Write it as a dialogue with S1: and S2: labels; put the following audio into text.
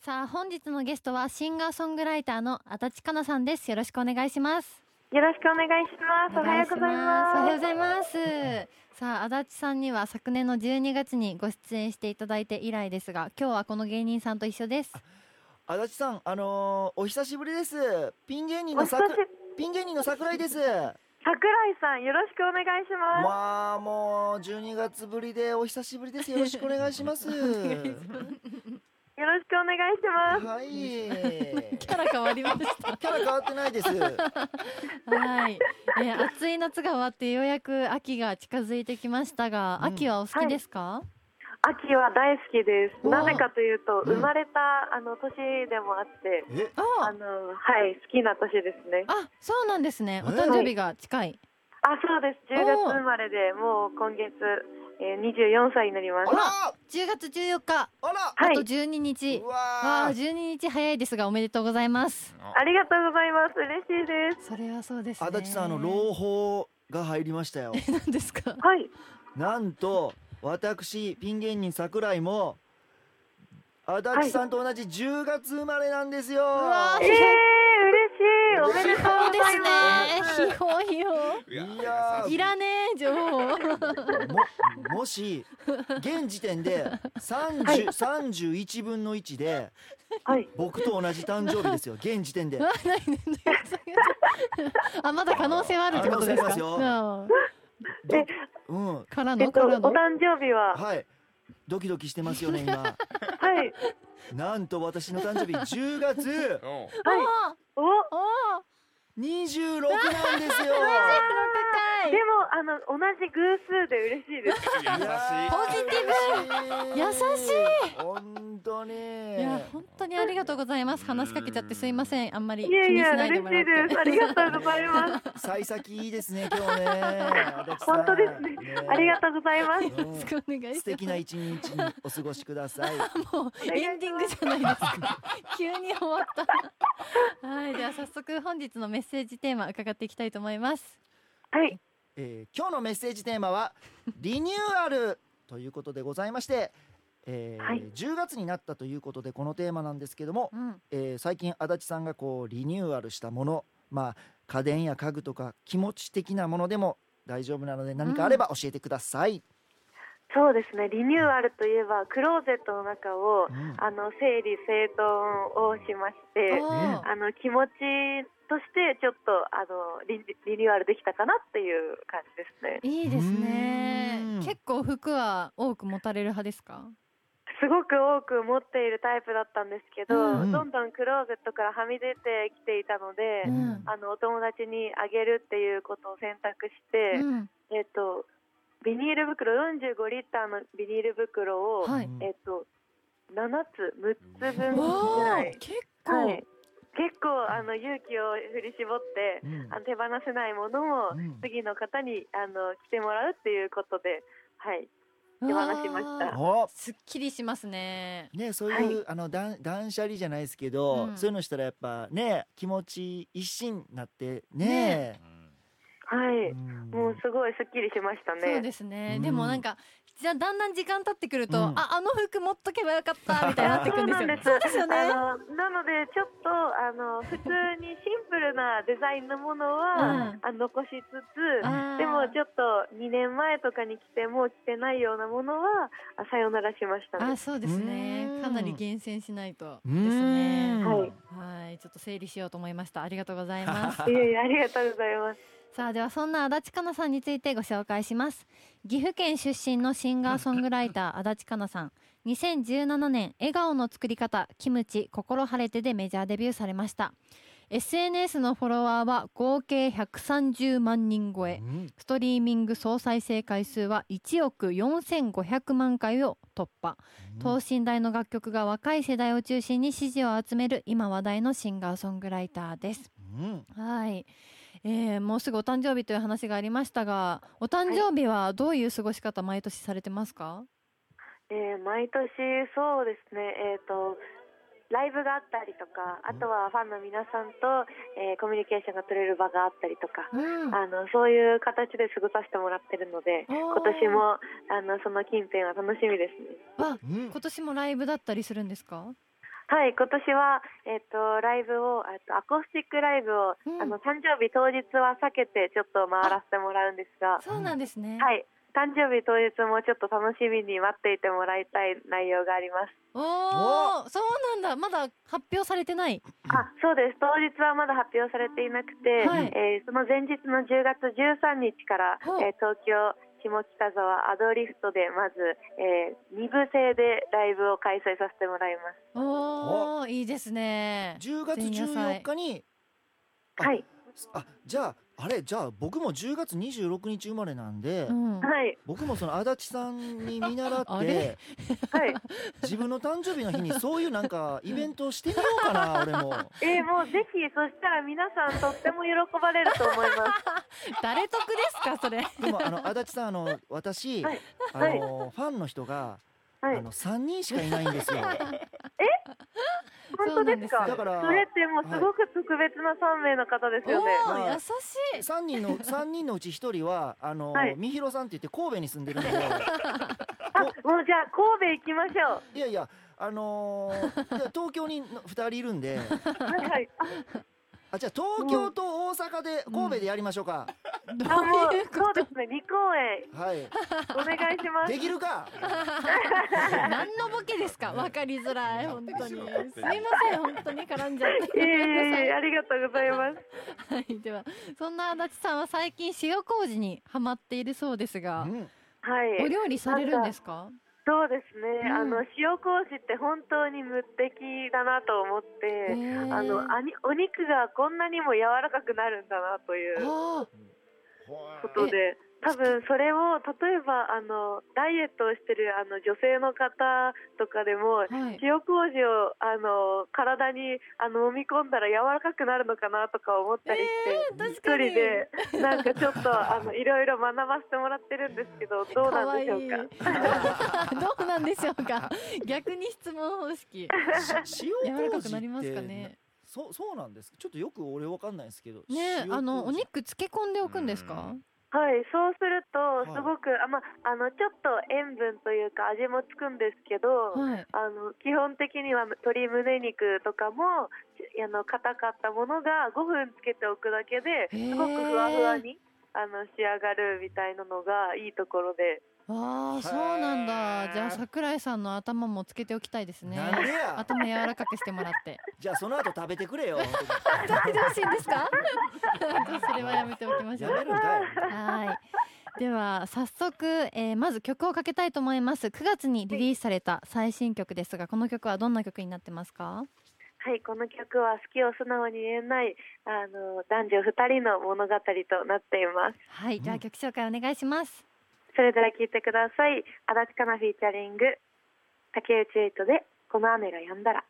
S1: さあ、本日のゲストはシンガーソングライターの足立かなさんです。よろしくお願いします。
S2: よろしくお願いします。おはようございます。
S1: おはようございます。さあ、足立さんには昨年の12月にご出演していただいて以来ですが、今日はこの芸人さんと一緒です。
S3: 足立さん、あのーお久しぶりです。ピン芸人の
S2: お久し
S3: さく
S2: ぶり、
S3: ピン芸人の桜井です。
S2: 桜井さん、よろしくお願いします。
S3: まあもう12月ぶりでお久しぶりです。よろしくお願いします。
S2: よろしくお願いします。
S3: はい。
S1: キャラ変わりました。
S3: キャラ変わってないです。
S1: はい、えー、暑い夏が終わってようやく秋が近づいてきましたが、
S3: うん
S1: 秋はお好きですか、
S2: 秋は大好きです。
S3: お
S2: なぜかというと、
S3: うん
S2: 生まれたあの年でもあって、
S3: え、
S2: あ
S1: あ
S2: のはい好きな年ですね。
S1: あそうなんですね
S3: え
S1: お誕生日が近い、
S2: あ、そうです。10
S1: おー
S2: 月生まれで、もう今月、えー、24歳になります
S3: あ。ら、
S1: 10月14日
S3: あら、
S1: あ
S2: はい
S1: と。12日、
S3: う
S1: わ
S3: わ
S1: あ
S3: ー。
S1: 12日早いですがおめでとうございます
S2: ありがとうございます。嬉しいです。
S1: それはそうですね
S3: 足立さん、あの朗報が入りましたよ。
S1: 何ですか
S2: はい。
S3: なんと私ピン芸人桜井も足立さんと同じ10月生まれなんですよ。
S1: わ
S2: えー、嬉しい。おめでとう
S1: そう
S2: ございます。
S1: ですねひほひほ
S3: いや
S1: いらねえ情報
S3: ももし現時点で30 31分の1で
S2: はい。
S3: 僕と同じ誕生日ですよ現時点で。
S1: あないねあまだ可能性はあるってことです
S3: 可能
S1: か
S3: 性あり
S1: うん
S3: どうん
S1: から
S2: えっ
S1: の
S2: と、
S1: か
S2: お
S1: らの
S2: 誕生日は、
S3: はいドキドキしてますよね今。
S2: はい。
S3: なんと私の誕生日10月
S4: うん
S2: はい。お
S1: おお
S3: 26なんですよ。
S2: でもあの同じ偶数で嬉しいです。
S4: 優しい
S1: ポジテ
S3: ィ
S1: 優し
S3: い本当に
S1: いや本当にありがとうございます話しかけちゃってすいませんあんまり気
S2: いやい
S1: にし
S2: や
S1: ないで
S2: 嬉し
S1: もらっ
S2: い
S1: て
S2: です。ありがとうございます。
S3: 幸先いいですね今日ね 足立さん
S2: 本当ですね。ありがとうございます。
S3: う
S1: よ
S3: ん
S1: ろしくお願いします
S3: 素敵な一日にお過ごしください
S1: もうエンディングじゃないですか急に終わったはいでは早速本日のメッセージテーマ伺っていきたいと思います
S2: はい
S3: えー今日のメッセージテー マはリニューアルということでございまして、えー
S2: はい
S3: 10月になったということでこのテーマなんですけども、
S1: うん
S3: えー最近足立さんがこうリニューアルしたものまあ家電や家具とか気持ち的なものでも大丈夫なので何かあれば教えてください、
S2: そうですね。リニューアルといえばクローゼットの中を
S3: うん
S2: あの整理整頓をしまして、
S1: おー
S2: あの気持ちとしてちょっとあのリリニューアルできたかなっていう感じですね。
S1: いいです
S3: う
S1: ね
S3: ーん
S1: 結構服は多く持たれる派ですか
S2: すごく多く持っているタイプだったんですけど、
S1: うん
S2: どんどんクローゼットからはみ出てきていたので。
S1: うん
S2: あのお友達にあげるっていうことを選択して、
S1: うん
S2: えっとビニール袋45リッターのビニール袋を、
S1: はい
S3: うん
S2: えっと7つ6つ分
S1: お
S2: ぐらい
S1: ー、結
S2: は
S1: 構
S2: い、結構あの勇気を振り絞って
S3: うん
S2: あの手放せないものを
S3: うん
S2: 次の方にあの着てもらうっていうことで、はい、手放しまし
S1: わー
S2: た
S3: お
S1: すっきりしますね
S3: ね、そういう、あの断断捨離じゃないですけど、
S1: うん
S3: そういうのしたらやっぱね気持ち一新になって
S1: ね
S3: ね
S2: はい
S3: うん
S2: もうすごいすっきりしました
S1: そう
S2: ね。
S1: ですね、
S3: うん
S1: でもなんかじゃあだんだん時間経ってくると、
S3: うん
S1: ああの服持っとけばよかったみたいになってく る
S2: そうん
S1: ですよ
S2: なんで
S1: ね
S2: す。
S1: そうですよね
S2: あのなのでちょっとあの普通にシンプルなデザインのものは、
S1: うん
S2: あの残しつつ、
S1: あー
S2: でもちょっと2年前とかに着てもう着てないようなものはあさよならしました
S1: あ
S2: ね。
S1: そうですね
S3: うん
S1: かなり厳選しないと
S3: う
S1: で
S3: ん
S1: すね
S2: はい
S1: はいちょっと整理しようと思いましたありがとうございます
S2: いえいえありがとうございます。
S1: さあではそんな足立かなさんについてご紹介します岐阜県出身のシンガーソングライター足立かなさん2017年「笑顔の作り方キムチ心晴れて」でメジャーデビューされました SNS のフォロワーは合計130万人超え
S3: うん
S1: ストリーミング総再生回数は1億4500万回を突破等身大の楽曲が若い世代を中心に支持を集める今話題のシンガーソングライターです
S3: うん
S1: はい、えー、もうすぐお誕生日という話がありましたがお誕生日はどういう過ごし方毎年されてますか、
S2: えー毎年そうですねえっ、とライブがあったりとかあとはファンの皆さんと、えーコミュニケーションが取れる場があったりとか。
S1: うん
S2: あのそういう形で過ごさせてもらってるので
S1: おー
S2: 今年もあのその近辺は楽しみですね。
S1: わ
S3: うん
S1: 今年もライブだったりするんですか
S2: ははい、今年は、えっと、ライブを、えっと、アコースティックライブを、
S1: うん
S2: あの、誕生日当日は避けて、ちょっと回らせてもらうんですが、
S1: そうなんですね。
S2: はい、誕生日当日もちょっと楽しみに待っていてもらいたい内容があります。
S1: おお、そうなんだ。まだ発表されてない。
S2: あ、そうです。当日はまだ発表されていなくて、
S1: はい
S2: えーその前日の10月13日から、
S1: ほう
S2: えー東京下北沢アドリフトでまず、え2部制でライブを開催させてもらいます。
S1: おお、いいですね。
S3: 10月14日にあ
S2: はい、
S3: あじゃああれじゃあ僕も10月26日生まれなんで、
S1: うん。
S2: はい、
S3: 僕もその足立さんに見習っ
S1: あ
S3: て
S1: れ
S2: はい。
S3: 自分の誕生日の日にそういうなんかイベントをしてみようか な俺も
S2: えーもうぜひ、そしたら皆さんとっても喜ばれると思います。
S1: 誰得ですかそ れ。
S3: でもあの足立さんあの私、
S2: はい
S3: あ
S2: はい
S3: のファンの人が、
S2: は
S3: あ
S2: い
S3: の、3人しかいないんですよ
S2: 本当ですか
S3: そうなんですよだから
S2: それってもうすごく特別な3名の方ですよね。
S1: おお、
S3: まあ
S1: 優しい。
S3: 3人の三人のうち1人はあの、
S2: はい
S3: みひろさんって言って神戸に住んでるんで
S2: あ、もうじゃあ神戸行きましょう。
S3: いやいやあのーいや東京に2人いるんで
S2: はいはい。あ
S3: あじゃあ東京と大阪で神戸でやりましょうか、
S1: ど
S2: あもう
S1: ういうこ
S2: そう
S1: と
S2: で。すね二公演
S3: はい
S2: お願いします
S3: で。きるか
S1: 何のボケですか。わかりづらい本当に。すいません本当に絡んじゃって。
S2: ええありがとうございます。
S1: はい、ではそんな足立さんは最近塩麹にハマっているそうですが
S3: う、 ん
S2: は
S1: お
S2: い。
S1: 料理されるんですか？
S2: そうですね。
S1: うん
S2: あの塩麹って本当に無敵だなと思っ
S1: へ
S2: て、
S1: ー
S2: あのあにお肉がこんなにも柔らかくなるんだなという
S1: あ
S2: ことで。多分それを例えばあのダイエットをしてるあの女性の方とかでも
S1: ーはい。
S2: 塩麹をあの体にあの飲み込んだら柔らかくなるのかなとか思ったりして、
S1: えー確
S2: 一
S1: かに
S2: 人でなんかちょっとあのいろいろ学ばせてもらってるんですけどどうなんでしょうか
S1: かわいい どうなんでしょうか。逆に質問方 式。
S3: し塩
S1: 柔ら
S3: 麹
S1: か
S3: って
S1: くなりますかね。
S3: そうそうなんですちょっとよく俺わかんないですけど
S1: ねえ
S3: 塩
S1: あのお
S3: 麹
S1: 肉漬け込んでおくんですか？
S2: はいそうする
S3: い
S2: とすごく、あまあのちょっと塩分というか味もつくんですけど、
S1: はい。
S2: あの基本的には鶏胸肉とかもちあの硬かったものが5分つけておくだけ
S1: へー
S2: ですごくふわふわにあの仕上がるみたいなのがいいところで
S1: ああそうなんだ。じゃあ桜井さんの頭もつけておきたいですね。
S3: なんでや
S1: 頭柔らかくしてもらって。
S3: じゃあその後食べてく れよ
S1: 食べてほしいんですか？じゃあそれは やめておきましょ
S3: や
S1: う。
S3: めるんかい
S1: はい。では早速、えーまず曲をかけたいと思います。9月にリリースされた最新曲ですが、この曲はどんな曲になってますか？
S2: はいこの曲は好きを素直に言えないあの男女2人の物語となっています
S1: はい、
S3: ん
S1: では曲紹介お願いします。
S2: それでは聴いてください足立かなフィーチャリング竹内エイトで「この雨が止んだら」